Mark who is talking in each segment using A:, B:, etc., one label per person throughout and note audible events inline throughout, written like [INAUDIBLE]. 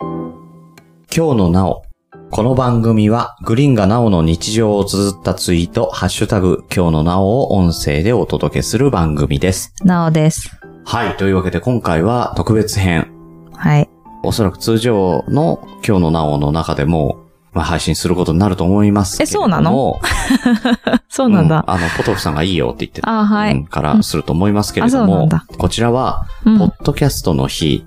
A: 今日のなお。この番組は、グリーンがなおの日常を綴ったツイート、ハッシュタグ、今日のなおを音声でお届けする番組です。
B: なおです。
A: はい。というわけで、今回は特別編。
B: はい。
A: おそらく通常の今日のなおの中でも、まあ、配信することになると思いますけれども。
B: えそうなのそうなんだ。
A: うんあの、ポトフさんがいいよって言ってた。
B: あは
A: う
B: い。
A: んからすると思いますけれど
B: うんあそうな
A: も
B: んだ、
A: こちらは、
B: う
A: ポ
B: ん。
A: ッドキャストの日、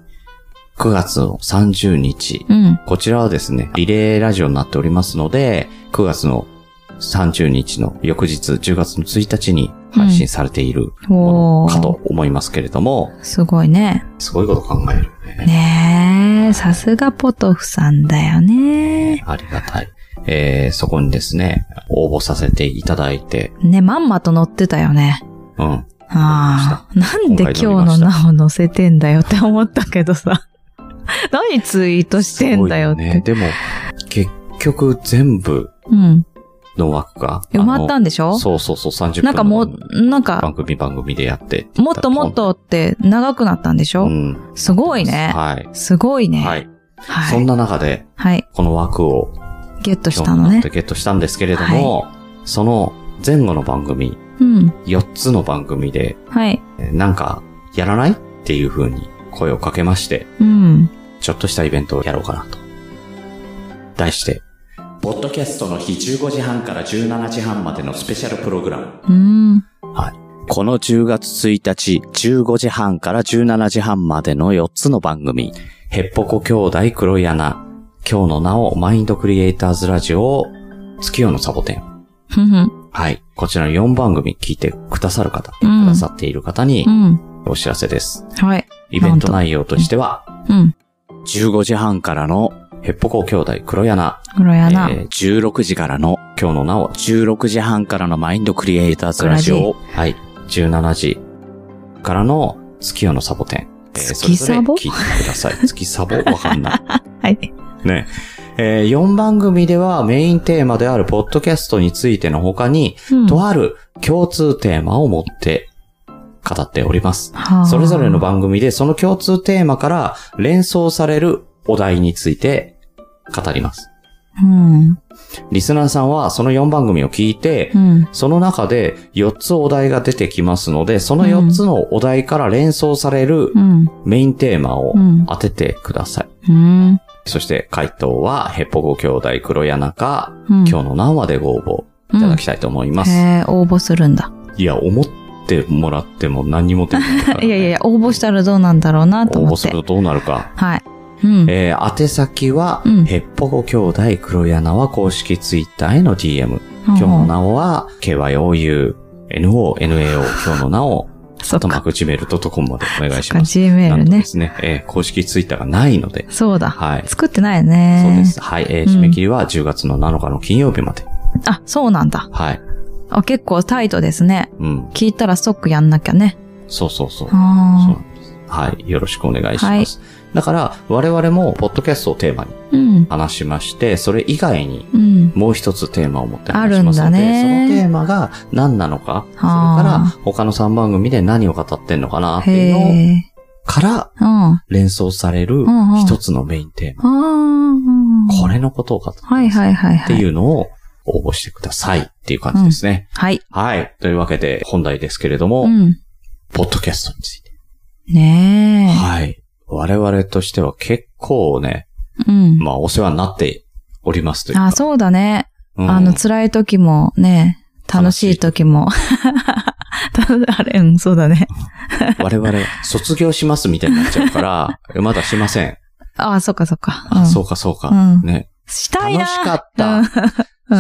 A: 9月の30日、
B: うん。
A: こちらはですね、リレーラジオになっておりますので、9月の30日の翌日、10月の1日に配信されているもの
B: お
A: か
B: ー。
A: と思いますけれども、
B: すごいね。
A: すごいこと考えるよね。
B: ねえ、さすがポトフさんだよね。
A: ありがたい。えー、そこにですね、応募させていただいて、
B: ね、まんまと乗ってたよね。
A: うん。
B: ああ。なんで今日のなお乗せてんだよって思ったけどさ。 [LAUGHS] 何ツイートしてんだよって。
A: すごいね。でも、結局全部
B: うん。
A: の枠が、
B: 埋まった
A: あ
B: んでしょ
A: のそうそうそう、30分
B: なんかも
A: の
B: う、なんか、
A: 番組番組でやってて
B: もっともっとって長くなったんでしょ、
A: うん。す
B: すごいね。
A: はい。
B: すごいね。
A: は
B: はい。
A: い。そんな中で、
B: はい。
A: この枠を
B: ゲットし
A: 今
B: た
A: 日
B: のね
A: の。ゲットしたんですけれども、その前後の番組、
B: うん。
A: 4つの番組で、
B: はい。
A: えーなんか、やらないっていう風に声をかけまして、
B: うん。
A: ちょっとしたイベントをやろうかなと。題して、ポッドキャストの日15時半から17時半までのスペシャルプログラム。
B: うん。
A: この10月1日、15時半から17時半までの4つの番組、ヘッポコ兄弟黒い穴、今日のなおマインドクリエイターズラジオ、月夜のサボテン。
B: ふんふん。
A: はい。こちらの4番組聞いてくださる方、
B: うん
A: くださっている方に
B: うん。
A: お知らせです。
B: はい。
A: イベント内容としては、
B: うん。
A: 15時半からのヘッポコ兄弟黒柳、
B: 黒
A: え
B: やな。
A: ー、16時からの今日のなお、16時半からのマインドクリエイターズラジオ、はい。17時からの月夜のサボテン。えー
B: 月サボ
A: それぞれ聞いてください。 [LAUGHS] 月サボわかんない。
B: はい。
A: ね。え4番組ではメインテーマであるポッドキャストについての他に、
B: うん
A: とある共通テーマを持って語っております。
B: はあ
A: それぞれの番組でその共通テーマから連想されるお題について語ります。
B: うん。
A: リスナーさんはその4番組を聞いて
B: う、ん。
A: その中で4つお題が出てきますので、その4つのお題から連想される
B: うん。
A: メインテーマを
B: うん
A: 当ててください。
B: うん。
A: そして回答は、ヘッポコ兄弟黒柳か、
B: うん。
A: 今日の何話でご応募いただきたいと思います。
B: へえ、応募するんだ。
A: いや、思ってもらっても何にも出ないから、ね。
B: [LAUGHS] いやいやいや、応募したらどうなんだろうなと
A: 応
B: 思
A: 募
B: っ
A: する
B: て。
A: とどうなるか。
B: はい。うん。
A: えー、宛先は、
B: うん
A: ヘッポコ兄弟黒柳は公式ツイッターへの DM。今日の
B: な。
A: なおは、KYOU、NO、NAO、今日のなお、
B: そっ
A: と
B: か。
A: マクジメルドットコムまでお願いし
B: そっ
A: ま
B: か
A: す。なん
B: Gmail
A: とで
B: ね。
A: すね、えー公式ツイッターがないので、
B: そうだ。
A: はい。
B: 作ってないね。
A: そうで。す。はい。えー
B: う
A: 締
B: ん
A: め切りは10月の7日の金曜日まで。
B: あ、そうなんだ。
A: はい。
B: あ、結構タイトですね。
A: うん。
B: 聞いたらストックやんなきゃね。
A: そうそうそう。そう
B: あ
A: なんです。はい。よろしくお願いします。だから、我々も、ポッドキャストをテーマに
B: あ。うん。
A: 話しまして、それ以外に、
B: うん。
A: もう一つテーマを持って話しますの
B: あるんだ
A: で、
B: ね
A: そのテーマが何なのか、それ
B: あ
A: か
B: ー
A: ら他の3番組で何を語ってんのかなって
B: へ
A: いうの
B: え。
A: から
B: うん。
A: 連想される
B: んうん
A: 一つのメインテーマ。
B: ああ。
A: これのことを語ってます
B: はいはいはい
A: って
B: はい。
A: いうのを応募してくださいっていう感じですね。
B: はい。
A: はい。というわけで本題ですけれども、
B: うん。
A: ポッドキャストについて。
B: ね
A: はい。我々としては結構ね、
B: え。うん。
A: まあ、お世話になっておりますというか。
B: あ、そうだね。
A: うん
B: [LAUGHS] あの、辛い時もね、楽しい時も。 [LAUGHS] あれ、うん、そうだね。
A: 我々、卒業しますみたいになっちゃう
B: [LAUGHS]
A: から、えまだしません。
B: ああ、そうかそうか。
A: あ、
B: ん
A: そうかそうか。
B: うん
A: ね。
B: した
A: 楽
B: いな。
A: しかった。
B: うん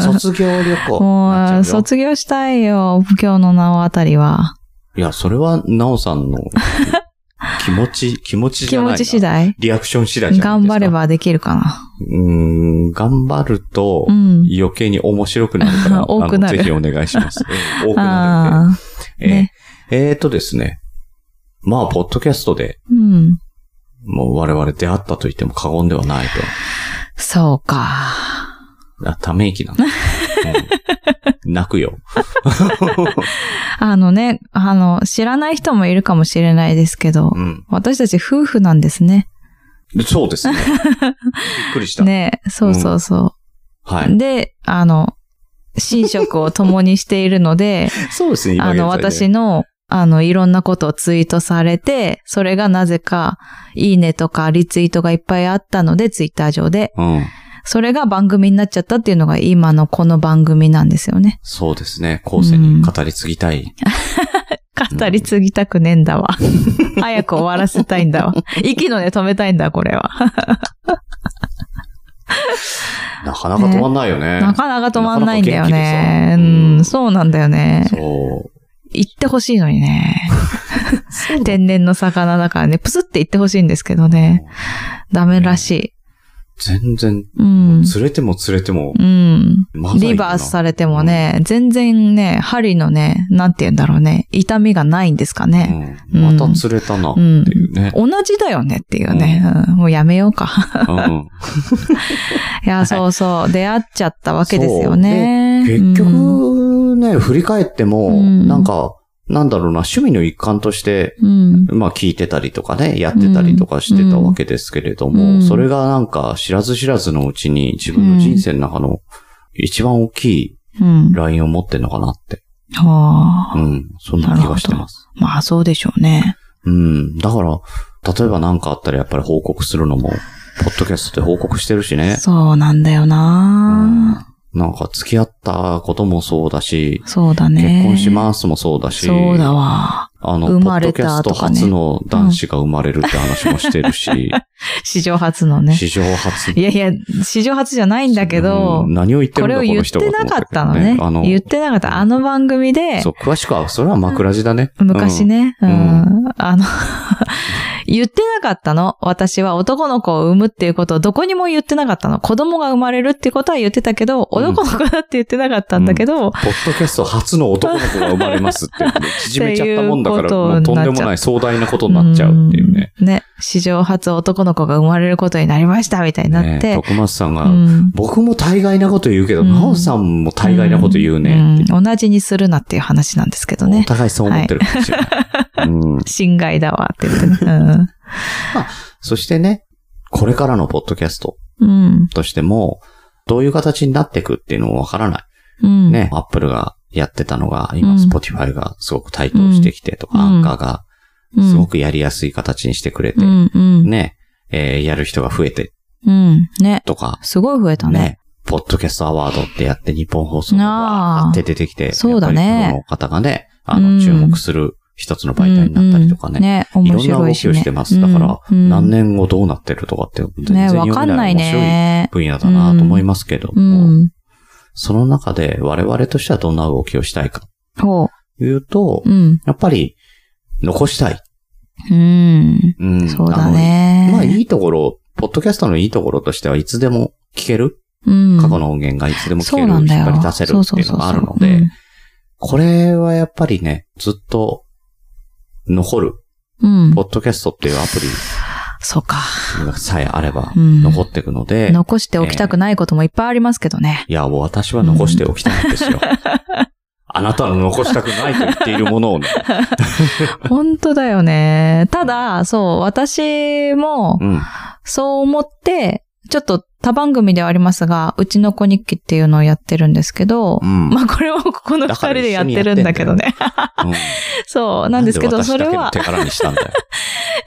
A: 卒業旅行。
B: も
A: な
B: う、
A: っちゃうよ
B: 卒業したいよ、今日の名をあたりは。
A: いや、それは、なおさ
B: [LAUGHS]
A: んの気持ち、気持ちじ
B: 気
A: ゃない
B: 持
A: な
B: ち次第
A: リアクション次第じゃない
B: 頑
A: ですか。
B: 張れ。ばできるかな。
A: うーん、頑張ると
B: う、ん。
A: 余計に面白くな
B: [LAUGHS]
A: るから、
B: 多く
A: あ
B: なる
A: のぜひお願いし
B: [LAUGHS]
A: ます。うん多くなるんで。
B: ああ。
A: えー
B: ね
A: えーとですね。まあ、ポッドキャストで、
B: うん。
A: もう我々出会ったと言っても過言ではない
B: そうか。
A: と。あため息なんだ。
B: [LAUGHS]
A: うん泣くよ。
B: あのね、あの、知らない人もいるかもしれないですけど、
A: うん。
B: 私たち夫婦なんですね。
A: でそう
B: [LAUGHS]
A: ですね。びっくりした。
B: ねそうそうそう
A: は
B: う。
A: い。
B: で、あの、寝食を共にしているの [LAUGHS] で、
A: そうですね、今
B: あ
A: 現在
B: の、
A: ね
B: 私の、あの、いろんなことをツイートされて、それがなぜか、いいねとかリツイートがいっぱいあったので、ツイッター上で。
A: うん。
B: それが番組になっちゃったっていうのが今のこの番組なんですよね。
A: そうですね。後世に語り継ぎたい。
B: 語り継ぎたくねえんだわ。早く終わらせたいんだ [LAUGHS] わ。息の根止めたいんだ、これは。
A: なかなか止まんないよね。
B: なかなか止まんないんだよ
A: なかなか
B: ね。
A: 元気でさ
B: うん、そうなんだよね。
A: そう。
B: 行ってほしいのにね。天然の魚だからね、プスって行ってほしいんですけどね。ダメらし
A: 全然、
B: い。うん。
A: 釣れても釣れても、
B: うん。
A: まだいいな
B: リバースされてもね、全然ね、針のね、なんて言うんだろうね、痛みがないんですか
A: う
B: ね。
A: ん
B: うん
A: また釣れたな、っていうね。
B: 同じだよねっていうね。うんもうやめ [LAUGHS] よ
A: [LAUGHS]
B: うか。
A: うん
B: いや、そうそう。出会っちゃったわけですよね。
A: 結局ね、振り返っても、
B: うん
A: なんか、なんだろうな、趣味の一環として、
B: うん、
A: まあ聞いてたりとかね、やってたりとかしてたわけですけれど
B: う
A: も、
B: ん
A: それがなんか知らず知らずのうちに自分の人生の中の一番大きい
B: うん。うん。
A: ラインを持ってんのかなって、
B: はあ。
A: うん、そんな気がしてます。
B: まあ、そうでしょうね。
A: うん、だから、例えば何かあったらやっぱり報告するのも、ポッドキャストで報告してるしね。
B: そうなんだよな、
A: なんか付き合ったこともそうだし、
B: そうだ
A: 結
B: ね。
A: 婚しますもそうだし、
B: そうだわ。
A: あの、
B: 生まれ
A: ポッドキャ
B: た
A: スト
B: とかね
A: 初の男子が生まれるって話もしてるし、
B: 史上初の [LAUGHS] ね。
A: 史上初。
B: いやいや、史上初じゃないんだけど
A: うん、何を言って
B: こ
A: るん
B: れ
A: だこ
B: を言
A: の
B: っ
A: 人
B: て
A: は
B: なかったの
A: と思
B: ね。
A: あの、
B: 言ってなかった。あの番組で
A: そ、う、詳しくは、それは枕地だね。
B: 昔
A: うん
B: ね、う
A: うん
B: ん、あの、 [LAUGHS] 言ってなかったの。私は男の子を産むっていうことをどこにも言ってなかったの。子供が生まれるってことは言ってたけど、
A: うん
B: 男の子だって言ってなかったんだけど、
A: ポッドキャスト初の男の子が生まれますっ
B: [LAUGHS]
A: て、縮めちゃったもんだか
B: っ
A: ら、
B: ていう
A: も
B: こと
A: う
B: になっ
A: と
B: ちゃうん
A: でもない壮大なことになっちゃうっていうね。
B: うん。ね、史上初男の子が生まれることになりましたみたいになっ
A: ね
B: て。
A: 徳松さん
B: う
A: が、
B: ん
A: 僕も大概なこと言うけど、
B: うん
A: なおさんも大概なこと言うね。
B: うん同じにするなっていう話なんですけど
A: お
B: ね。
A: 互いそう思ってるかもしれない。うん
B: 侵害だわって言ってね。
A: そしてね、これからのポッドキャスト
B: うん。
A: としても、どういう形になっていくっていうのもわからない。
B: うん。
A: ね、アップルがやってたのが、今、
B: うん
A: スポティファイがすごく台頭してきてとか、
B: うん
A: アンカーが
B: うん。
A: すごくやりやすい形にしてくれて
B: う、ん。うん。
A: ね、えーやる人が増えて
B: うん。ね。
A: とか、
B: すごい増えたね。
A: ね、ポッドキャストアワードってやって日本放送が
B: あ
A: わ
B: ー
A: ーって出てきて、
B: そうだね
A: やっぱりプロの方がね、あ
B: うん
A: の、注目する一つの媒体になったりとか
B: うん
A: ね、
B: ね。
A: いろ
B: 面
A: んな動
B: 白い
A: き
B: し
A: を
B: ね。
A: してます。だから、
B: うん
A: 何年後どうなってるとかって、全然
B: ね、
A: 読
B: わ
A: め
B: かんな
A: ない
B: い
A: 面白い
B: ね。
A: 分野だなと思いますけど
B: う
A: も、
B: ん。
A: その中で我々としてはどんな動きをしたいか
B: ほ
A: というと、
B: う。うん。
A: やっぱり残したい。
B: うん。
A: うん
B: そうだ
A: あ
B: ね
A: の。まあいいところ、ポッドキャストのいいところとしてはいつでも聞ける、
B: うん。
A: 過去の音源がいつでも聞
B: そ
A: け
B: う
A: る、
B: なんだ
A: 引
B: よ。
A: っ張り出せるっていうのがあるの
B: そうそうそう
A: で、これはやっぱりね、ずっと残る、
B: うん。うん
A: ポッドキャストっていうアプ
B: そうか。
A: リがさえあれば
B: うん
A: 残っていくので、
B: 残しておきたくないこともいっぱいありますけどね。
A: いや、もう私は残しておきたいんですよ。あなたの残したくないと言っているもの
B: [LAUGHS]
A: をね。
B: 本当だよね。ただ、そう、私も
A: う、ん。
B: そう思って、ちょっと他番組ではありますが、うちの子日記っていうのをやってるんですけど
A: う、ん。
B: まあこれはここの二
A: だから
B: 人でやってるんだけ
A: [LAUGHS]
B: どね。
A: うん
B: そう、なんですけど、それは
A: なんで私だけの手、柄にしたん
B: [LAUGHS]
A: だよ。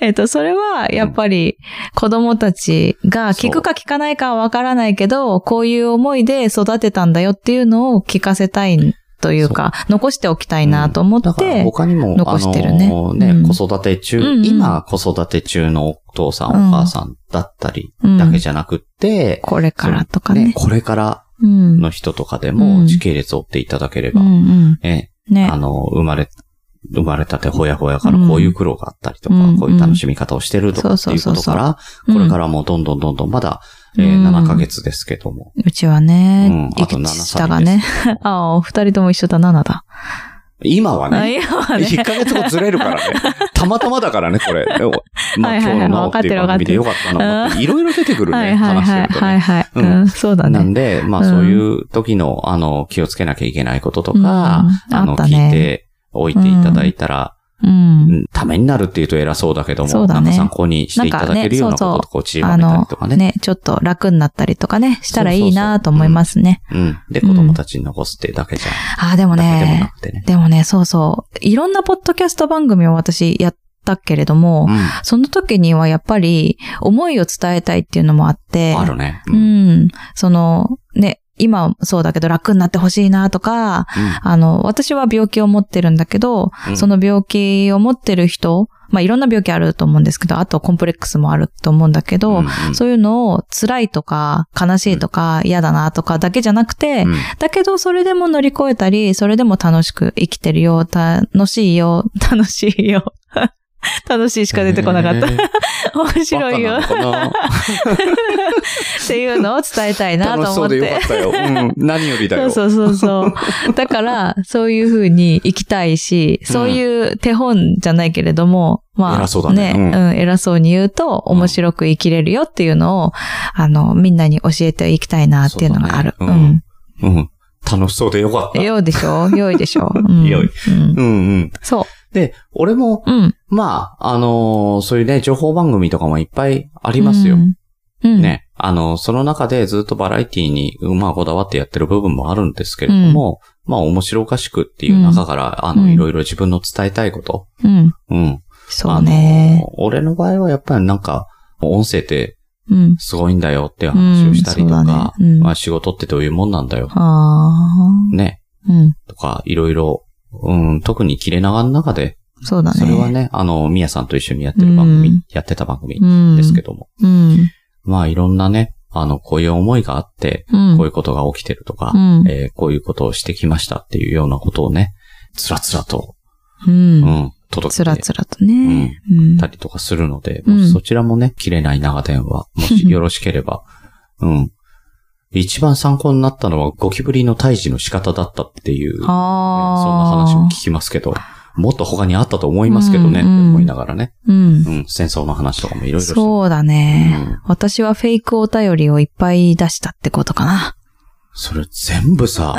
B: えっと、それは、やっぱり、子供たちが
A: そう
B: 聞くか聞かないかはわからないけど、こういう思いで育てたんだよっていうのを聞かせたいというか、残しておきたいなと思っ
A: だから
B: て、
A: 他にも、
B: 残してるね
A: あのね、
B: うん
A: 子育て中、
B: うんうん
A: 今子育て中のお父さん、
B: うん
A: お母さんだったり
B: うん
A: だけじゃなくって、
B: これからとかね。
A: これから
B: うん。
A: の人とかで
B: う
A: も
B: ん
A: 時系列を追っていただけれ
B: う
A: ば、
B: んうん。
A: ね、
B: ね。
A: あの、生まれ、生まれたてほやほやからこういう苦労があったりとか、
B: うん
A: こういう楽しみ方をしてるとかっていうことから、
B: うん
A: これからもどんどんどんどんまだ、えー
B: うん
A: 7ヶ月ですけども。
B: うちはね、いくつ下がね。
A: ですけども。
B: [LAUGHS] ああ、お二人とも一緒だ、7だ。
A: 今は
B: あ
A: ね、
B: いやまあね
A: 1ヶ月後ずれる
B: [LAUGHS]
A: からね。たまたまだからね、これ。まあ今
B: はいはい
A: 日
B: はい
A: のなおっていう番組でよかったなって。いろいろ出てくる
B: は
A: ね、
B: いはい
A: 話し
B: はい。
A: てると
B: はい
A: ね。
B: はい。う
A: うん
B: ん、そうだ
A: なん
B: ね。
A: で、まあ
B: うん
A: そういう時の、あの、気をつけなきゃいけないことと
B: うん
A: か、あ
B: あ
A: の、
B: った
A: 聞い
B: ね
A: ておいていただいたら、
B: うん。
A: うんためになるっていうと偉そうだけども、
B: そうだ
A: なん
B: ね
A: か参考にしていただけるようなこと
B: な
A: を
B: んかねそうそう
A: こう、ちりばめたりとかね。
B: ね、ちょっと楽になったりとかね、したらいいなと思いますね。
A: うん。で、
B: うん
A: 子供たちに残すってだけじゃ、
B: ああ、でも
A: だけでもな
B: ね、
A: くてね。
B: でもね、そうそう。いろんなポッドキャスト番組を私やったけれども、
A: う
B: その時にはやっぱり思いを伝えたいっていうのもあって、
A: ん。あるね。う。
B: うんん。その、ね、今もそうだけど楽になってほしいなとか、あの、私は病気を持ってるんだけど、
A: うん
B: その病気を持ってる人、まあいろんな病気あると思うんですけど、あとコンプレックスもあると思うんだけど、
A: うんうん
B: そういうのを辛いとか悲しいとか嫌だなとかだけじゃなくて、
A: うん
B: だけどそれでも乗り越えたり、それでも楽しく生きてるよ、楽しいよ、 [LAUGHS] 楽しいよ。 [LAUGHS] 楽しいしか出てこなかった。
A: へー
B: 面 [LAUGHS] 白いよ
A: バカなのか
B: っていうのを伝えたい
A: な
B: なと
A: 楽しそ
B: 思っ
A: うでよか
B: て
A: っ。たよ。うん。何よりだ
B: そ
A: よ。
B: うそうそうそう。だから、そういう風に生きたいし、そういう手本じゃないけれども、まあ、
A: 偉そうだね
B: うん、偉そうに言うと、面白く生きれるよっていうのを、あの、みんなに教えていきたいなっていうのがある。
A: そううだね
B: ん。
A: うん。楽しそうでよかった。
B: 良いでしょ良いでし
A: [LAUGHS]
B: ょ、うん、
A: 良い
B: うん
A: うんうん。
B: そ
A: で、俺も、
B: う。うん。
A: まあ、あのーそういうね、情報番組とかもいっぱいありますよ
B: う。ん。うん。
A: ね。あの、その中でずっとバラエティに、まあ、こだわってやってる部分もあるんですけれども、まあ、面白おかしくっていう中から、あ
B: う
A: の、
B: ん
A: いろいろ自分の伝えたいこと。
B: うん。
A: うん。
B: そうね。
A: あの、俺の場合はやっぱりなんか、音声って
B: うん。
A: すごいんだよっていう話をしたりと
B: うんそ
A: か
B: うだ、ねうん
A: まあ、仕事ってどういうもんなんだよ。
B: あ
A: ね。
B: あ。うん。
A: とか、いろいろ、うん、特に切れ長の中で、
B: そうだね。
A: それはね、あの、みやさんと一緒にやってる番組、
B: うん
A: やってた番組
B: うん。
A: ですけども。
B: うん。
A: まあ、いろんなね、あの、こういう思いがあって、
B: うん。
A: こういうことが起きてるとか、
B: うん
A: えーこういうことをしてきましたっていうようなことをね、つらつらと、
B: う。
A: うんん、届
B: つ
A: け
B: ら
A: て
B: つらとね。うん
A: たりとかするので、
B: うん
A: もしそちらもね、切れない長電話、もしよろしければ、うん。一番参考になったのは、ゴキブリの退治の仕方だったっていう、そんな
B: ああ。
A: 話も聞きますけど、もっと他にあったと思いますけどね、って思いながらね、
B: うん
A: う。ん、戦争の話とかもいろいろして
B: そうだね。私はフェイクお便りをいっぱい出したってことかな。
A: それ全部
B: [LAUGHS]
A: さ、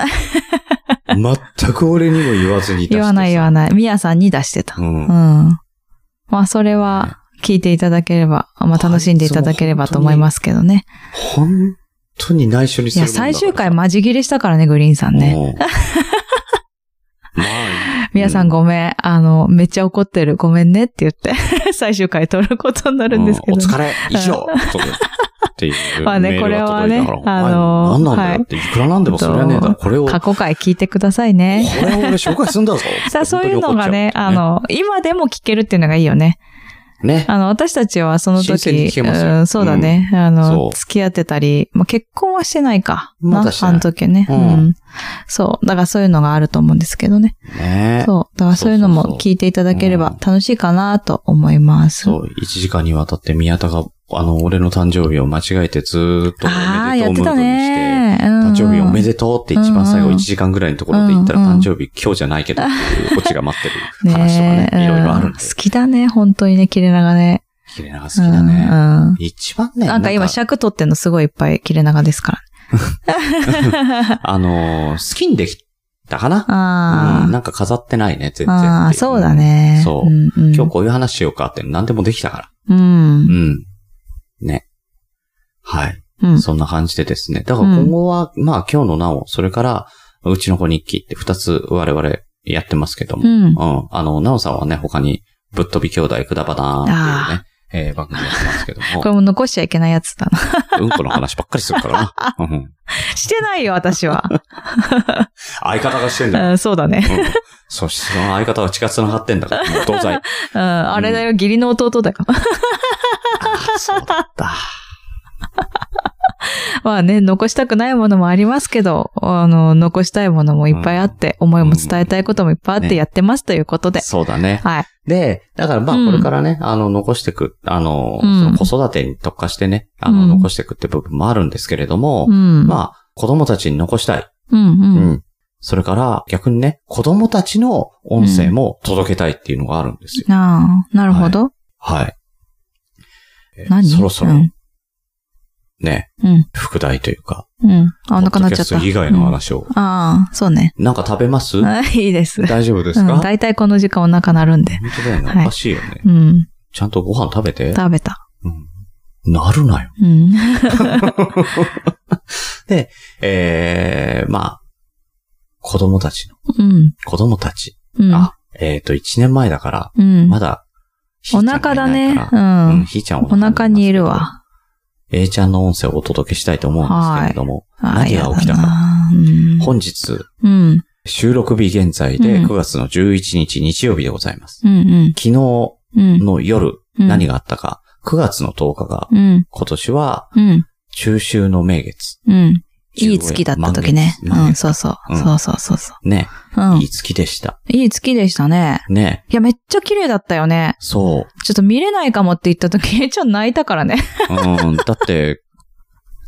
A: 全く俺にも言わずに出して
B: 言わない言わない。ミヤさんに出してた。
A: う
B: うんん。まあ、それは聞いていただければ、まあ、楽しんでいただければと思いますけどね。
A: 本当に内緒にす
B: い
A: るも
B: や、
A: んだから
B: 最終回マジ切れしたからね、グリーンさんね。
A: うん
B: [LAUGHS]
A: まあ、
B: ミヤさんごめん。あの、めっちゃ怒ってる。ごめんねって言って、 [LAUGHS] 最終回撮ることにな
A: あ
B: るんですけどね。
A: お疲れ、以上とかっていう。
B: [LAUGHS] まあねこれはねあの
A: 何なんだよって、いくらなんでもそれはねえだろ。これを、
B: 過
A: こ
B: 去回聞いてくださいね。
A: れを俺紹介すんだぞ。
B: [LAUGHS] さあ、そういうのがね、あ
A: 本当に怒っ
B: の、今でも聞けるっていうのがいいよね。
A: ちゃうね。ね。
B: あの、私たちはその
A: 新鮮に
B: 時
A: 聞けますよ
B: うんそうだね。あ
A: そ
B: の
A: う、
B: 付き合ってたり、まあ、結婚はしてないか。
A: まだ
B: な
A: してない
B: あの時ね、
A: う
B: うんん。そう。だからそういうのがあると思うんですけどね。
A: ね
B: そう。だからそういうの
A: そうそう
B: も
A: そう
B: 聞いていただけれ
A: うん
B: ば楽しいかなと思います。
A: そう、1時間にわたって宮田が、あの、俺の誕生日を間違えてずーっと
B: ああ、
A: おめ
B: やっ
A: でとうムー
B: て
A: ド
B: た
A: にして、
B: ね。誕
A: 誕生日おめ
B: で
A: でとうって一番最後
B: うんう
A: 1
B: ん
A: 時間ぐらいのところで言ったら
B: うんうん
A: 誕生日今日じゃないけどって
B: [LAUGHS]
A: いうオチが待ってる話とかね、いろいろあるんで
B: 好。きだね、本当にね、切れ長ね。
A: 切れ長好きだ
B: う
A: ね。
B: んうん
A: 一番ね、
B: なんか今尺取ってんのすごいいっぱい切れ長ですから。
A: あのー、好きにできたかな
B: あ
A: うん、
B: あ。
A: なんか飾ってないね、全然。
B: ああ、そうだ。ね。
A: そう
B: うんうん
A: 今日こういう話しようかって何でもできたから。
B: うん
A: う。ん。ね。はい。
B: うん。
A: そんな感じでですね。だから今後は、まあ今日のなお、それから、うちの子日記って二つ我々やってますけども
B: う、ん。
A: うん。あの、なおさんはね、他に、ぶっ飛び兄弟くだばなーっていうね、えー番組やってますけど
B: [LAUGHS] これ
A: も、
B: も残しちゃいけないやつだな。 [LAUGHS]
A: うんこの話ばっかりするからな。うん
B: してないよ、私は。
A: 相方がしてんだよ。
B: うん、そうだね。
A: うんそしてその相方が血が繋がってんだから、もう当
B: [LAUGHS]
A: 然。
B: うん、あれだよ、義理の弟だから。
A: あそうだった。
B: まあね、残したくないものもありますけど、あの、残したいものもいっぱいあって、思いも伝えたいこともいっぱいあっ
A: ね
B: てやってますということで。
A: そうだね。
B: はい。
A: で、だからま
B: う
A: あ
B: ん
A: これからね、あの、残してく、あの、
B: うん
A: その子育てに特化してね、あの、
B: うん
A: 残してくって部分もあるんですけれども
B: う、ん。あ、
A: まあ、子供たちに残したい。
B: うんう。
A: うんん。それから、逆にね、子供たちの音声も届けたいっていうのがあるんですよ。
B: なあ、なるほど。
A: はい。え
B: 何
A: そろそろ
B: うん
A: ね、
B: うん。
A: 副題というか、
B: うん。あ、お腹なっち
A: ポッドキ
B: ゃっ
A: ャ
B: た。
A: スト以外の話を。
B: うんああ、そうね。
A: なんか食べます
B: あ [LAUGHS] いいです。
A: 大丈夫ですか、
B: うん。大体この時間お腹なるんで。
A: 本当だよね。
B: はい
A: おかしいよね。
B: うん。
A: ちゃんとご飯食べて。
B: 食べた。
A: うん。なるなよ。
B: うん。
A: で、えー、まあ、子供たちの、
B: うん。
A: 子供たち。
B: うん。
A: あ、えっ、と、1年前だから、
B: うん。
A: まだ、ひ
B: お
A: ーちゃんが
B: 腹
A: い
B: だ
A: ない
B: ね
A: か。
B: う
A: らうんん、。ひーちゃん
B: お腹にいる。わ。
A: A ちゃんの音声をお届けしたいと思うんですけれども、
B: あ
A: 何が起きた
B: やだ
A: か。
B: なうん
A: 本日、
B: うん。
A: 収録日現在で
B: うん
A: 9月の11日日曜日でございます。
B: うん。
A: 昨日
B: うん。
A: の夜、
B: うん。
A: 何
B: が
A: があったか、9月の10日が、
B: うん。
A: 今年は
B: うん。
A: 中秋の名月。
B: うん。いい月だった時ね。
A: 中央満月満
B: うん、
A: 月
B: そうそう
A: う。ん
B: そうそうそうそう。
A: ね、
B: うん
A: いい。月でした。
B: いい月でしたね。
A: ね、
B: いや、めっちゃ綺麗だったよね。
A: そう。
B: ちょっと見れないかもって言った時、 [LAUGHS] えいちゃん泣いたからね。 [LAUGHS]
A: うん、だって、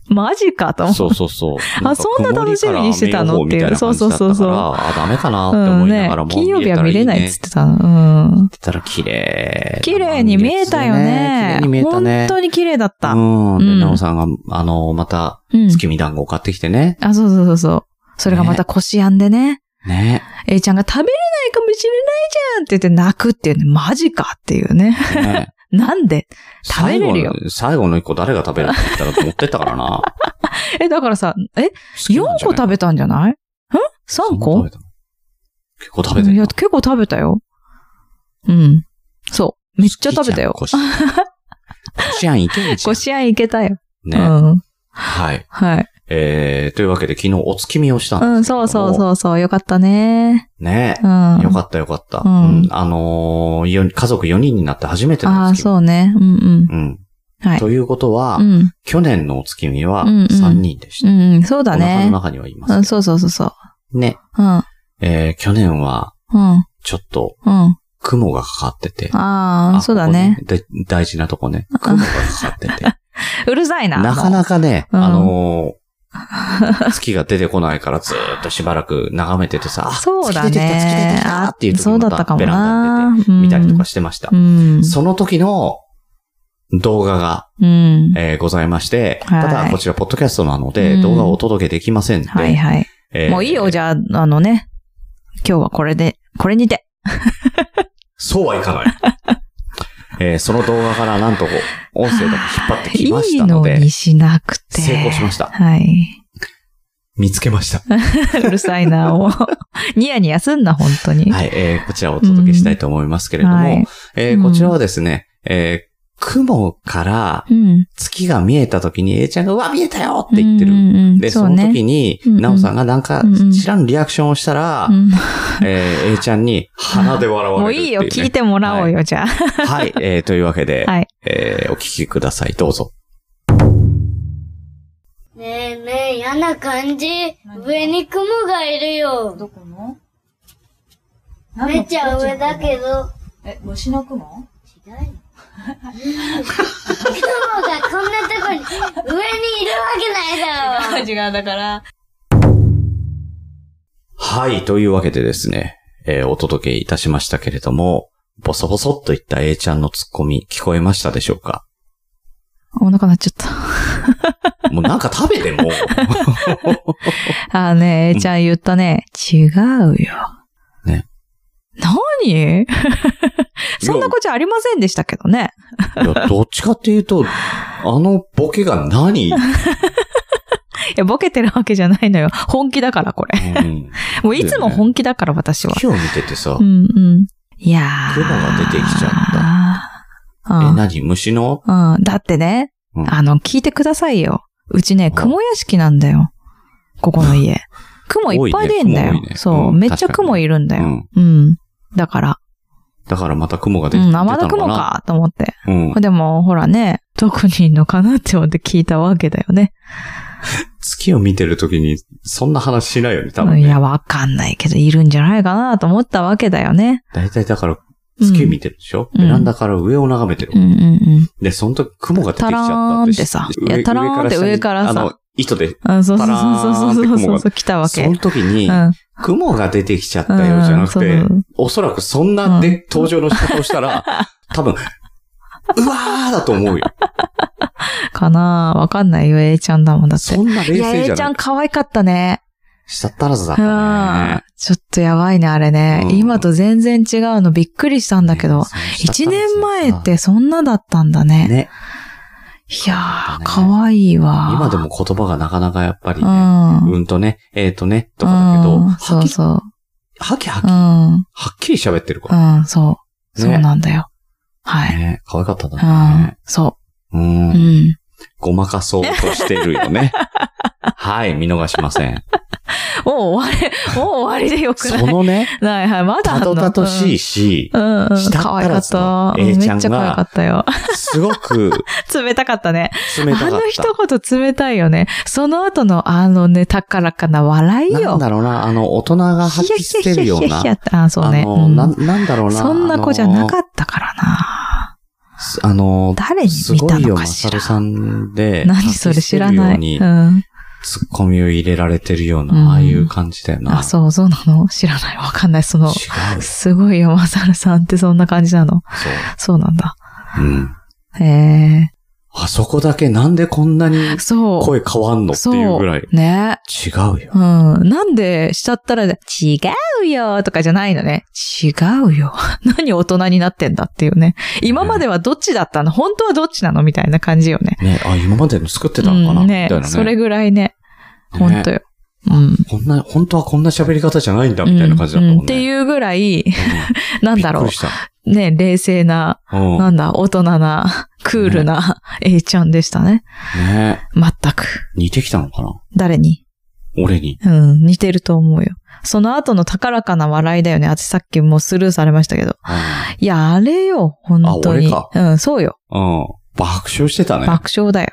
B: マジかと思う。
A: そうそうそう。
B: あそんな楽しみにしてたのっていう
A: そうそうそうそう。あ、ダメかなって思いながらも、
B: 金曜日は見れないっつっててたの。うん。
A: たら綺麗。
B: 綺麗に見えたよね。
A: 綺麗に見えたね
B: 本。当に綺麗だった。うん。
A: うん。
B: う
A: で、
B: ん
A: なおさんが、あの、また、月見団子を買ってきてね。
B: あ、そうそうそうそう。それがまた腰やんでね。
A: ね。
B: えいちゃんが食べれないかもしれないじゃんって言って泣くっていうね。マジかっていうね。 [LAUGHS]
A: ね
B: なんで [LAUGHS] 食べれるよ
A: 最後の最後の一個誰が食べるって言ったら持ってったから
B: [LAUGHS]
A: な。
B: え、だからさ、え、4個食べたんじゃないん ?3
A: そん
B: 個
A: な食べたの結構食べて
B: い
A: る
B: や、
A: な。
B: 結構食べたよ。うん。そう。めっちゃ食べたよ。
A: 好きじゃん。こしあんいけんじゃ
B: ご
A: ん。
B: 試合いけたよ。う
A: ね。
B: ん。
A: はい。
B: はい。
A: えー、というわけで昨日お月見をしたんですけれども
B: うん、そうそうそうそう。よかったね。
A: ね
B: う。ん。
A: よかったよかった。う
B: うん
A: ん。あのーよ家族4人になって初めて
B: あ
A: の
B: あー、
A: 月見。
B: そうね。うんうん。
A: うん。
B: はい。
A: ということは
B: う、ん。
A: 去年のお月見は
B: うんうん
A: 3人でした。
B: うん、そう
A: お
B: だ
A: 腹の
B: ね。
A: 中にはいま
B: うん、
A: す
B: そうそうそうそう。
A: けど。ね。
B: うん。
A: えー、去年は
B: うん。
A: ちょっと
B: うん。
A: 雲がかかってて。
B: ああ、そうだね。
A: ここで。大事なとこ
B: [LAUGHS]
A: ね。雲がかかってて。
B: うるさいな。
A: なかなかね、
B: うん
A: あのー月が出てこないからずーっとしばらく眺めててさ、あ
B: そうだ
A: 月出てきた、月出て
B: ね
A: き。た
B: あ
A: っていう時
B: そう
A: に
B: だ
A: ま
B: った
A: た
B: かも
A: ベランダ
B: な。
A: で見たりとか
B: し
A: してました
B: う。ん。
A: その時の動画が、
B: うん。
A: えーございまして、
B: はい
A: ただこちらポッドキャストなの
B: う
A: で
B: ん
A: 動画をお届けできませんので、
B: はいはい。
A: えー
B: もういいよ、じゃあ、あのね。今日はこれで、これにて。
A: そうはいかない。
B: [LAUGHS]
A: えーその動画からなんと音声だけ引っ張って
B: い
A: きまし
B: い
A: たの
B: の
A: で、
B: にしなくて。
A: 成功しました
B: はい。 [LAUGHS]
A: 見つけました。
B: うるさいな、もう。 [LAUGHS] ニヤニヤすんな、本当に。
A: はい、えーこちらをお届けしたいと思いますけれども、
B: はい
A: え
B: う
A: ー
B: ん
A: こちらはですね、えー雲から
B: うん。
A: 月が見えた時に、A ちゃんが、うわ、見えたよって言って
B: うん
A: る。
B: うんうん
A: で、
B: そ
A: そうの
B: ね。
A: 時に、
B: うんうん
A: なおさんがなんか
B: うんうん
A: 知らんリアクションをしたら
B: う、ん
A: えー A ちゃんに鼻で笑
B: [LAUGHS] も
A: わ
B: う
A: れるって
B: いい
A: いう、ね。
B: よ、聞いてもらおうよ、じゃあ。
A: はい、えーというわけで、
B: はい
A: えーお聞きください。どうぞ。
C: ねえねえ、嫌な感じ。上に雲がいるよ。
D: どこの
C: めっちゃ上だけど。
D: え、虫の雲
C: 違うよ。雲がこんなとこに、上にいるわけないだろ。
D: 違う、だから。
A: はい、というわけでですね、えーお届けいたしましたけれども、ボソボソっといった A ちゃんのツッコミ聞こえましたでしょうか
B: お腹なっちゃった。
A: もうなんか食べてもう。
B: あーね、えいちゃん言ったね。違うよ。
A: ね。
B: 何 [LAUGHS] そんなこっちゃありませんでしたけどね。
A: いや、どっちかっていうと、あのボケが何、う
B: [LAUGHS] いや、ボケてるわけじゃないのよ。本気だから、これ。
A: ん、
B: もういつも本気だから、私は。
A: 木を見ててさ、
B: う
A: え、
B: んうん。いやー。
A: 雲が出てきちゃ
B: った。うん。
A: 何虫の
B: うん、だってね、
A: うん
B: あの、聞いてくださいよ。うちね、
A: ん
B: 雲屋敷なんだよ。ここの
A: [LAUGHS]
B: 家。雲いっぱい出んだよ。
A: 多いね雲多いね
B: そう、
A: うん
B: めっちゃ
A: 確かに
B: 雲いるんだ
A: う
B: よ。
A: ん。
B: うん。だから、
A: だからまた雲が
B: う
A: 出てき
B: ん、
A: たの
B: 生
A: かな。
B: 田雲かと思って。
A: うん。
B: でも、ほらね、どこにいるのかなって思って聞いたわけだよね。
A: 月を見てるときに、そんな話しないよね、多分、
B: い
A: ね
B: や、。わかんないけど、いるんじゃないかなと思ったわけだよね。
A: 大体だから、
B: うん
A: 月見てるでしょ、
B: うん
A: ベランダから上を眺めてる。
B: うんうんうん。
A: で、その時雲が出てきちゃった
B: タラーンってさ
A: 上
B: いやタラーンって上からさ
A: あの、糸で。
B: あそうそうそうそうそ
A: パ
B: う
A: ラーンって雲
B: そう
A: が
B: そう、来たわ
A: そ
B: け。
A: の時に、
B: うん。
A: 雲が出てきちゃったよじゃなくて、
B: うんそう
A: おそらくそんな
B: [LAUGHS]
A: で、登場の仕方をしたら、多分、うわーだと思うよ。
B: かなわかんないよ、A ちゃんだもんだって
A: そ。んな冷
B: いや、
A: 静じ
B: A
A: ゃ
B: ちゃ
A: なんい。
B: 可愛かったね。
A: 下ったらずだっ
B: う
A: た
B: ん
A: ね。。
B: ちょっとやばいね、あれね
A: う。ん
B: 今と全然違うのびっくりしたんだけど。一年前ってそんなだったんだね。
A: ね。そう
B: いやー、
A: だね
B: 可愛いわ。
A: 今でも言葉がなかなかやっぱり
B: う
A: ね、
B: ん。
A: うんとね、えーとね、とかだけど、
B: うん
A: は
B: そ
A: っ
B: う
A: きり、
B: そう。
A: はきは
B: う
A: き、
B: ん。
A: はっきり喋ってるから。
B: うん、そう。そう
A: ね
B: なんだよ。はい。
A: ね可愛かったん
B: う
A: だ
B: ん
A: ね。。。
B: そうう。うんん。
A: ごまかそうとしてるよ
B: [LAUGHS]
A: ね。はい、見逃しません。
B: もう終わり、 [LAUGHS] もう終わりでよくな
A: そ
B: い。
A: の
B: [LAUGHS]
A: ね、
B: はいはい、まだあ
A: た
B: んの
A: どたどしい。し、
B: うんうんうん。
A: 舌
B: 可愛か
A: か
B: っ
A: ら
B: た。
A: その
B: め
A: A
B: っ
A: ち
B: ち
A: ゃんが
B: ゃ可愛かったよ。 [LAUGHS]
A: すごく
B: 冷たかったね。
A: 冷た
B: あ
A: かっ
B: の
A: た。
B: 一言冷たいよね。その後のあのね、高らかな笑いよ。
A: なんだろうな、あの、大人が吐き捨てるよう
B: ヒヤ
A: な
B: ヒヤヒヤヒヤ。ってあ、そうね。
A: あの、
B: うん
A: な、なんだろうな。
B: そんな子じゃなか
A: っ
B: ったからな。
A: た。あの、
B: 誰に
A: す
B: 見
A: ご
B: た
A: いよ、
B: の
A: マ
B: か
A: サ
B: し
A: ル
B: ら。
A: さんで。
B: 何それ知らない。
A: に
B: うん。
A: ツッコミを入れられてるよう
B: うん
A: な、ああいう感じだよな。
B: あ、そう、そうなの知らない。わかんない。そ
A: 違
B: の
A: う。、そ
B: すごいよ、マサルさんってそんな感じなの。そうなんだ。
A: う。うん。
B: へえ。
A: あそこだけなんでこんなに
B: そう。
A: 声変わんのって
B: そう
A: いうぐらい。違
B: ね。
A: うよ。
B: うん。なんで、しちゃったら、違うよとかじゃないのね。違うよ。 [LAUGHS] 何大人になってんだっていうね。今まではどっちだったの本当はどっちなのみたいな感じよね。
A: ね、あ、今までの作ってたのかな
B: うん
A: みた
B: ね
A: いなね。
B: それぐらいね。本当
A: ね
B: よ。うん。
A: こんな、本当はこんな喋り方じゃないんだ、みたいな感じだった
B: うん
A: も
B: う
A: ね。
B: んんって
A: う
B: いうぐらい、
A: ん。
B: なんだろ
A: びっ
B: う
A: くり。した。
B: ね、冷静な、
A: うん。
B: なんだ、大人
A: [LAUGHS]
B: な、クールな [LAUGHS] A ちゃんでしたね。
A: ね
B: 全く。
A: 似てきたのかな
B: 誰に
A: 俺に。
B: うん、似てると思うよ。その後の高らかな笑いだよね。あさっきもうスルーされましたけど。
A: う
B: いや、あれよ、本当に。
A: あ俺
B: うん、そうよ。
A: ん。うん爆笑してたね。
B: 爆笑だよ。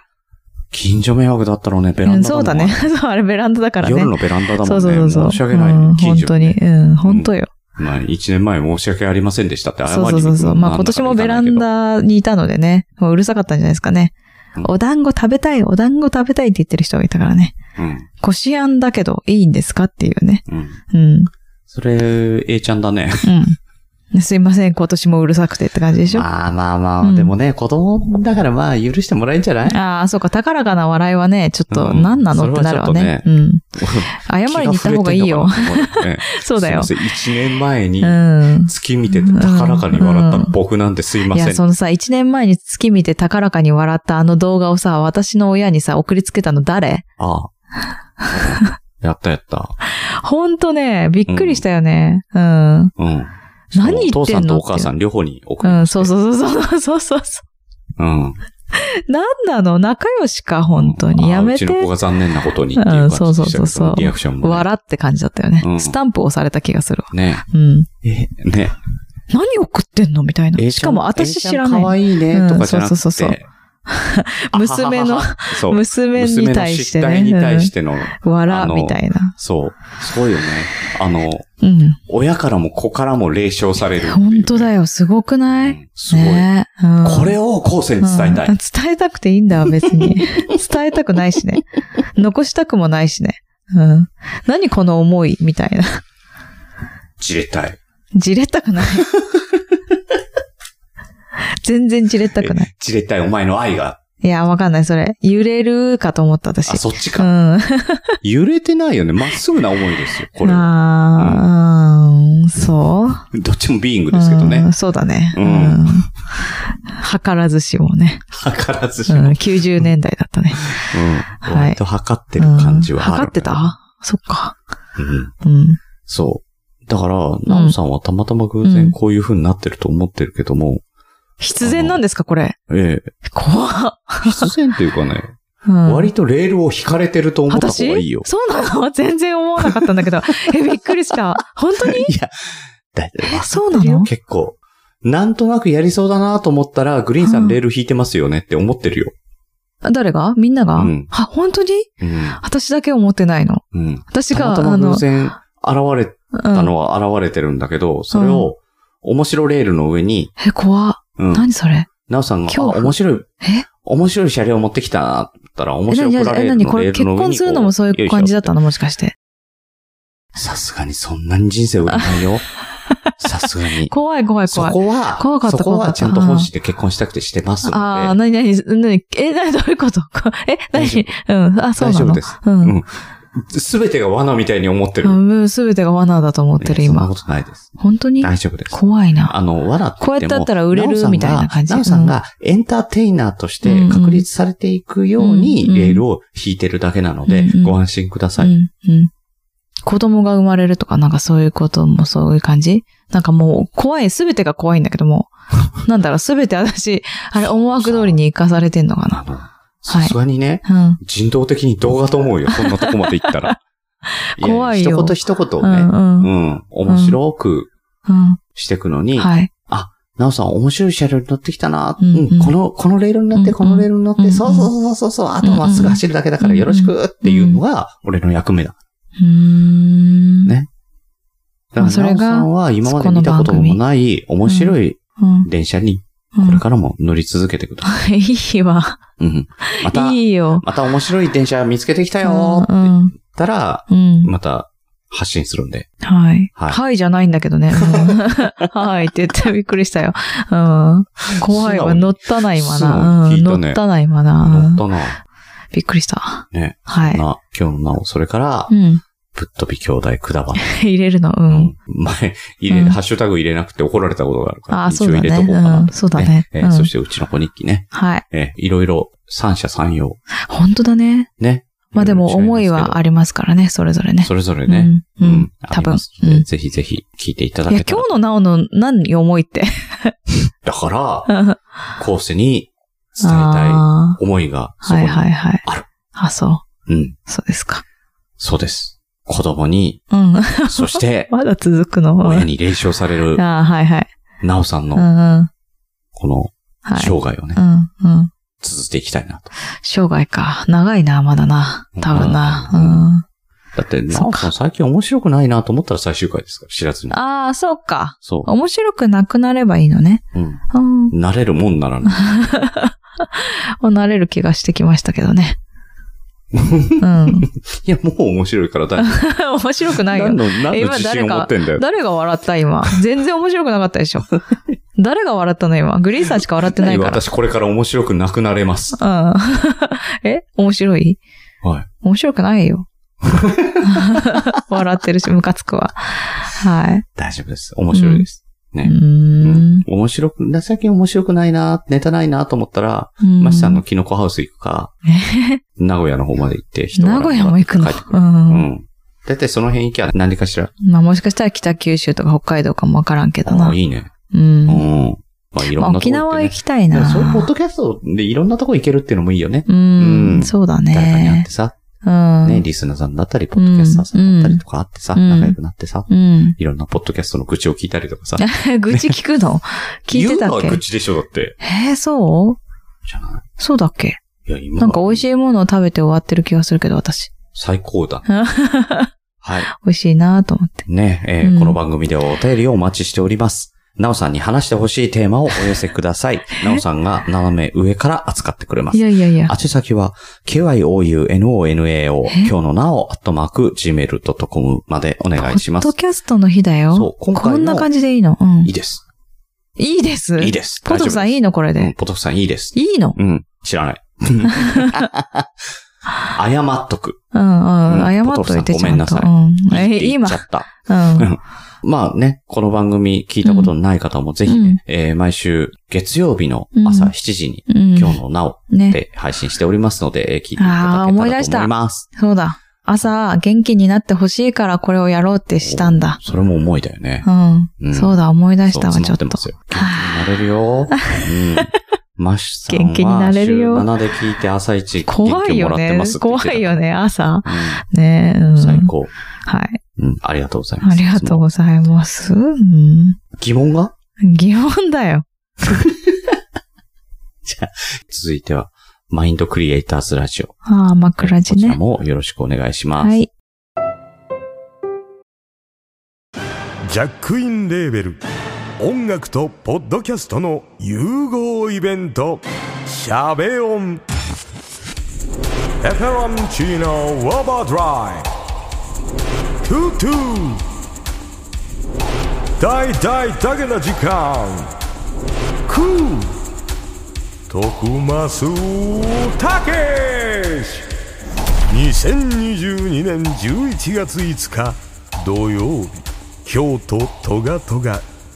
A: 近所迷惑だったろうね、ベラ
B: う
A: ン
B: ん、
A: ダだ
B: そ
A: も
B: うんだね。。 [LAUGHS] そう、あれベランダだからね。
A: 夜のベランダだもんね。
B: そうそうそうそう。
A: 申し訳ない。
B: うん、
A: 近
B: 本
A: 所
B: 当に。うん、本当よ。
A: まあ、一年前申し訳ありませんでしたって謝り
B: そ
A: に
B: う
A: 行く
B: そうそうそう。
A: のも
B: まあ今年もベラン
A: なんだか
B: ダにいたのでね、もううるさかったんじゃないですかね
A: うん。
B: お団子食べたい、お団子食べたいって言ってる人がいたからね。
A: わかんないけ
B: こしあんだけどいいんですかっていうね。
A: ど。うん。うん。
B: うん。
A: それ、A ちゃんだね。
B: うん。すいません、今年もうるさくてって感じでしょ。
A: まあ
B: あ
A: まあまあ、
B: うん
A: でもね、子供だからまあ許してもらえんじゃない
B: あー、そうか、高らかな笑いはね、ちょっと
A: うん
B: 何なのってなるわね。
A: そ
B: うん。謝りに行った方がいいよ。。
A: [LAUGHS] ええ
B: そうだよ。
A: すいません、1年前
B: う
A: に
B: ん。
A: 月見てて高らかに笑った
B: うん
A: 僕なんてすいま
B: い
A: せん。
B: や、そのさ、一年前に月見て高らかに笑ったあの動画をさ、私の親にさ、送りつけたの誰
A: あ [LAUGHS] あ。やったやった。
B: ほんとね、びっくりしたよね。うん。
A: うん。
B: 何言
A: お父
B: って
A: さん
B: ん
A: と
B: の
A: お母さん両方に送
B: う
A: る。
B: ん、そうそうそうそうそうそうそ
A: うん。
B: う。なんなの仲良しか、本当に。
A: あ
B: やめ
A: うちの子
B: て。
A: が残念なことにっていう感じでしたけど
B: うんそうそうそうそう
A: リアクションもね。
B: 笑って感じだったよね
A: う。ん
B: スタンプ押された気がするわ。
A: ね
B: うん。
A: え、ね
B: 何送ってんのみたいな。
A: え。
B: しかも私知らな
A: A ちゃん可
B: い。
A: 愛いね、とかじゃな
B: うんそう
A: く
B: そうそう
A: て。
B: [LAUGHS] 娘の、
A: そう
B: [LAUGHS] 娘に対し
A: 娘の失
B: て
A: 態に
B: ね
A: 対。しての、
B: うん
A: あ
B: 笑
A: の
B: みたいな。
A: そう。すごいよね。あの、
B: うん。
A: 親からも子からも霊障されるっていうね。
B: 本当だよ。すごくな
A: う
B: い
A: んすごい。
B: ねうん
A: これを後世に伝えた
B: うん
A: い。
B: 伝えたくていいんだわ、別に。 [LAUGHS] 伝えたくないしね。残したくもないしね。うん。何この思いみたいな。
A: じれったい。
B: じれった
A: [LAUGHS]
B: くない。全然じれったくない。
A: じれったいお前の愛が。
B: いや、わかんない、それ。揺れるかと思った、私。
A: あ、そっち
B: う
A: か。
B: ん。
A: 揺れてないよね。まっすぐな思いですよ。これは。
B: あーうん、そう
A: どっちもビーイングですけど
B: う
A: ね
B: ん。そうだね。
A: うん
B: うん計らずしもね。
A: 図らずし
B: う
A: も。
B: ん、
A: うん。
B: 90年代だったね。い
A: 割と測ってる感じはある。
B: うん測ってたそっか。
A: うん。
B: うん。
A: そう。だから、ナオさんはたまたま偶然こういう風になってると思ってるけども、
B: 必然なんですか、これ。
A: ええ、
B: 怖っ。
A: 必然っていうかね、
B: うん
A: 割とレールを引かれてると思った方がいいよ
B: 私。そうなの [LAUGHS] 全然思わなかったんだけど。 [LAUGHS] え、びっくりした。本当に
A: いや、だいたい
B: え、そうなの
A: 結構、なんとなくやりそうだなと思ったら、グリーンさ
B: うんん
A: レール引いてますよねって思ってるよ。
B: 誰がみんなが、
A: うん
B: あ、本当に
A: うん。
B: 私だけ思ってないの。
A: うん。
B: 私
A: た
B: が、
A: また
B: あ
A: ま
B: の
A: 偶、然現れ
B: うん
A: たのは現れてるんだけど、それを、面白レールの上に、
B: え、怖っ。
A: うん。
B: 何それ
A: ナオさんが、あ、
B: 恐怖
A: 面白い、
B: え
A: 面白い車両持ってきたな、って言ったら、面
B: え、
A: 白い
B: 何、
A: プラレー
B: 何、
A: ル
B: 何、こ
A: のレ
B: れ
A: ール
B: 結
A: の上にこう。
B: 婚するのもそういう感じだったのもしかして。 [LAUGHS]
A: さすがにそんなに人生売れないよ。さすがに。
B: 怖い怖い
A: そ
B: 怖い。
A: こは、
B: 怖かった
A: そこ
B: 怖か
A: は
B: った
A: ちゃんと本心で結婚したくてしてますので。
B: ああ、なになに、なに、え、なに、どういうこと [LAUGHS] え、な
A: 大丈
B: に、うん、あ、そう
A: 大
B: な
A: 丈
B: の
A: 夫です。
B: う。
A: うんん。すべてが罠みたいに思ってる。
B: うん、すべてが罠だと思ってる、
A: いやそんなこ。
B: 今
A: とないです。
B: 本当に
A: 大丈夫です。
B: 怖いな。
A: あの、わらって言も
B: こうやってやったら売れるみたいな感じ
A: なおさんがなおさんがエンターテイナーとして確立されていくように
B: うん
A: レールを引いてるだけなので
B: うんうん、
A: ご安心くださ
B: う
A: い。
B: ん、うん。子供が生まれるとか、なんかそういうこともそういう感じなんかもう、怖い、すべてが怖いんだけど
A: [LAUGHS]
B: も。なんだろう、すべて私、あれ、思惑通りに生かされてんのか
A: あの、さすがにね、
B: な。うん。
A: 人道的に動画と思うよ、そんなとこまで行ったら。やや
B: [LAUGHS] 怖いよ
A: 一言一言
B: う
A: を
B: ん、
A: ね、
B: う、
A: うんん、面白く
B: う
A: していくのに
B: ん。、はい。
A: なおさん面白い車両に乗ってきたな、
B: うんうん
A: うんこの、このレールになって、
B: うんうん
A: このレールに乗って、
B: うんうん
A: そうそうそうそうそう、あとはまっすぐ走るだけだからよろしくっていうのが、俺の役目だ。
B: うーん。
A: ねだ
B: まあ
A: か
B: そ
A: ら、
B: れ
A: なお
B: が
A: さんは今まで見たこともない面白い
B: うん。
A: 電車に
B: うん
A: これからも乗り続けてくださ
B: いいわ。
A: い。うん。また、
B: いいよ。
A: また面白い電車見つけてきたよーって
B: う
A: 言っ
B: ん。
A: たら、
B: うん。
A: また発信するんで。
B: はい。
A: はい
B: はいじゃないんだけど
A: [LAUGHS]
B: ね。うんはいって言ってびっくりしたよ。うん。怖
A: 素
B: い
A: 直
B: わ。
A: に
B: 乗ったな、今
A: 素直
B: な。う
A: に聞
B: ん
A: いた
B: 乗
A: ね
B: ったな、今
A: 乗っ
B: な。うん
A: たな。
B: びっくりした。
A: ね。
B: はい。
A: な、今日のなお、それから
B: う、ん。
A: ぶっ飛び兄弟くだばな。
B: 入れるの。う。
A: うんん前、入れ、
B: うん
A: ハッシュタグ入れなくて怒られたことがあるから、
B: ああ、
A: 一
B: そ
A: 応
B: う
A: 入
B: だ
A: れ
B: ね。
A: とこうかな
B: うん。そうだね。
A: え
B: う
A: ー
B: ん
A: そしてうちの子日記ね。
B: はい。
A: えーいろいろ三者三様。
B: 本当だね。
A: ね。
B: まあでも思いはありますからね、それぞれね。
A: それぞれね。
B: うん。うん。
A: あ
B: 多
A: り
B: 分
A: ます。
B: う
A: ので
B: ん。
A: ぜひぜひ聞いていただ
B: いや、
A: けた
B: 今
A: ら。
B: 日のなおの何思いって。
A: だから、
B: 伝え
A: 後世に伝えたい
B: は
A: 思いが、そこ
B: い
A: に。
B: はいはい。
A: ある
B: あ、そう。
A: うん。
B: そうですか。
A: そうです。子供
B: [LAUGHS]
A: に、
B: うん。
A: そ
B: [LAUGHS]
A: して、
B: まだ続くの。
A: 親に霊障され
B: [LAUGHS]
A: る、
B: ああ、はいはい。
A: なおさん
B: うん
A: の、
B: うん。
A: この、
B: はい。
A: 生涯をね
B: う、んうん。
A: 続けていきたいなと。
B: 生涯か。長いな、まだな。多分
A: う
B: な。
A: だって、な
B: そ
A: お
B: うか
A: さん最近面白くないなと思ったら最終回ですから、知らずに
B: うん。。ああ、 [LAUGHS] そうか。
A: そ
B: 面白くなくなればいいのね。
A: う。うん。
B: うん。も
A: 慣れるもんなら
B: [LAUGHS]
A: ない。
B: う慣れる気がしてきましたけど
A: [LAUGHS]
B: ね。うん。 [LAUGHS]
A: いや、もう面白いから大丈夫。
B: 面白くないよ
A: 何。の、何の
B: 今
A: 自信を
B: 誰か
A: 持ってんだよ。
B: 誰が笑った今。全然面白くなかった
A: [LAUGHS]
B: でしょ。誰が笑ったの今。グリーンさんしか笑ってないから。
A: 私これから面白くなくなれます。
B: うん。 [LAUGHS] え面白い
A: はい。
B: 面白くないよ。笑ってるし、ムカつくわ。はい。
A: 大丈夫です。面白いです。
B: うー
A: ね。
B: ん。
A: 面白く、だ最近面白くないな、ネタないなと思ったら、
B: うん
A: マシさんの。キノコハウス行くか、名古屋の方まで行
B: [LAUGHS]
A: って、人が
B: 名古屋も行くの
A: 帰ってく
B: う。
A: るうんん。だいたいその辺行きゃ何かしら。
B: まあもしかしたら北九州とか北海道かもわからんけど
A: あ
B: な
A: あ、。いいね。
B: うん。
A: う
B: ま
A: ん。まあいろ
B: あ
A: んなとこ行ってね
B: 沖縄行きたい
A: だか
B: な
A: ら。そういうポッドキャストでいろんなとこ行けるっていうのもいいよね。
B: う。
A: うんん
B: そうだ
A: 誰かに会っ
B: ね
A: て。さ、
B: うん。
A: ね、リスナーさんだったり、ポッドキャスターさんだったりとかあってさ、
B: うん
A: 仲良くなってさ、
B: うん。
A: いろんなポッドキャストの愚痴を聞いたりとかさ。
B: [LAUGHS] 愚痴聞くの聞いてた
A: 言
B: っ
A: うのは愚
B: け
A: 痴でしょ、だって。
B: えー、そう
A: じゃな
B: そうだっけ
A: いいや、今は
B: なんか美味しいものを食べて終わってる気がするけど、私。
A: 最高
B: [LAUGHS]
A: だ。はい。
B: 美味しいなと思って。
A: ね、えー
B: うん
A: この番組ではお便りをお待ちしております。なおさんに話してほしいテーマをお寄せください。なおさんが斜め上から扱ってくれま
B: い
A: す。
B: やいやいや。
A: 宛先は、kyounonao、今日のなお、アットマーク、gmail.com までお願いします
B: ポッド。キャストの日だよ。
A: そう今回の
B: こんな感じでいいの。うん
A: いい。です。
B: いいです。
A: いいです。
B: ポトフさん
A: 大丈
B: いいのこれ
A: 夫ですうん
B: で。
A: ポトフさんいいです。
B: いいの
A: うん、知ら
B: [LAUGHS]
A: ない。謝っとく。
B: うんうん。
A: うん
B: 謝っといて
A: ポトフさん
B: ち
A: ごめ
B: ゃ
A: ん
B: ん
A: な
B: と。
A: さい
B: うん。
A: いいって
B: え、
A: 言っ
B: 今
A: ちゃ。った。
B: うん。
A: まあね、この番組聞いたことのない方もぜひね、えー毎週月曜日の朝
B: うん
A: 7時に、
B: うん。
A: 今日のなお
B: ね。
A: で配信しておりますので、えー聞いていただけたら
B: あ
A: と
B: ー
A: 思
B: 思
A: い
B: い
A: ま
B: 出
A: す。
B: したそうだ。朝、元気になってほしいからこれをやろうってしたんだ。
A: それも思いだよね。
B: う
A: うん
B: ん。そうだ、思い出したわ、
A: そう
B: ちょっと
A: 詰。まってます
B: [LAUGHS]
A: よ元気になれるよ。うん。マシさんは
B: 元気になれるよ
A: 週7で聞いて朝一元
B: 怖
A: 気
B: い
A: をもら
B: よ
A: って
B: ね
A: ます。って言ってた
B: 怖いよね、朝。
A: う。
B: ねうんん。
A: 最高。
B: はい。
A: うん。ありがとうございま
B: あ
A: す。
B: りがとう
A: い
B: ございます。うん。
A: ます。疑問が
B: 疑問だよ。
A: 続いては、マインドクリエイターズラジオ。
B: ああ、枕地
A: こちら
B: ね。
A: もよろしくお願いします。
B: はい。
E: ジャックインレーベル音楽とポッドキャストの融合イベント「シャベオン」「エフェロンチーノウォーバードライ」「トゥトゥ」大大だけな時間クー徳マスたけし2022年11月5日土曜日京都トガトガ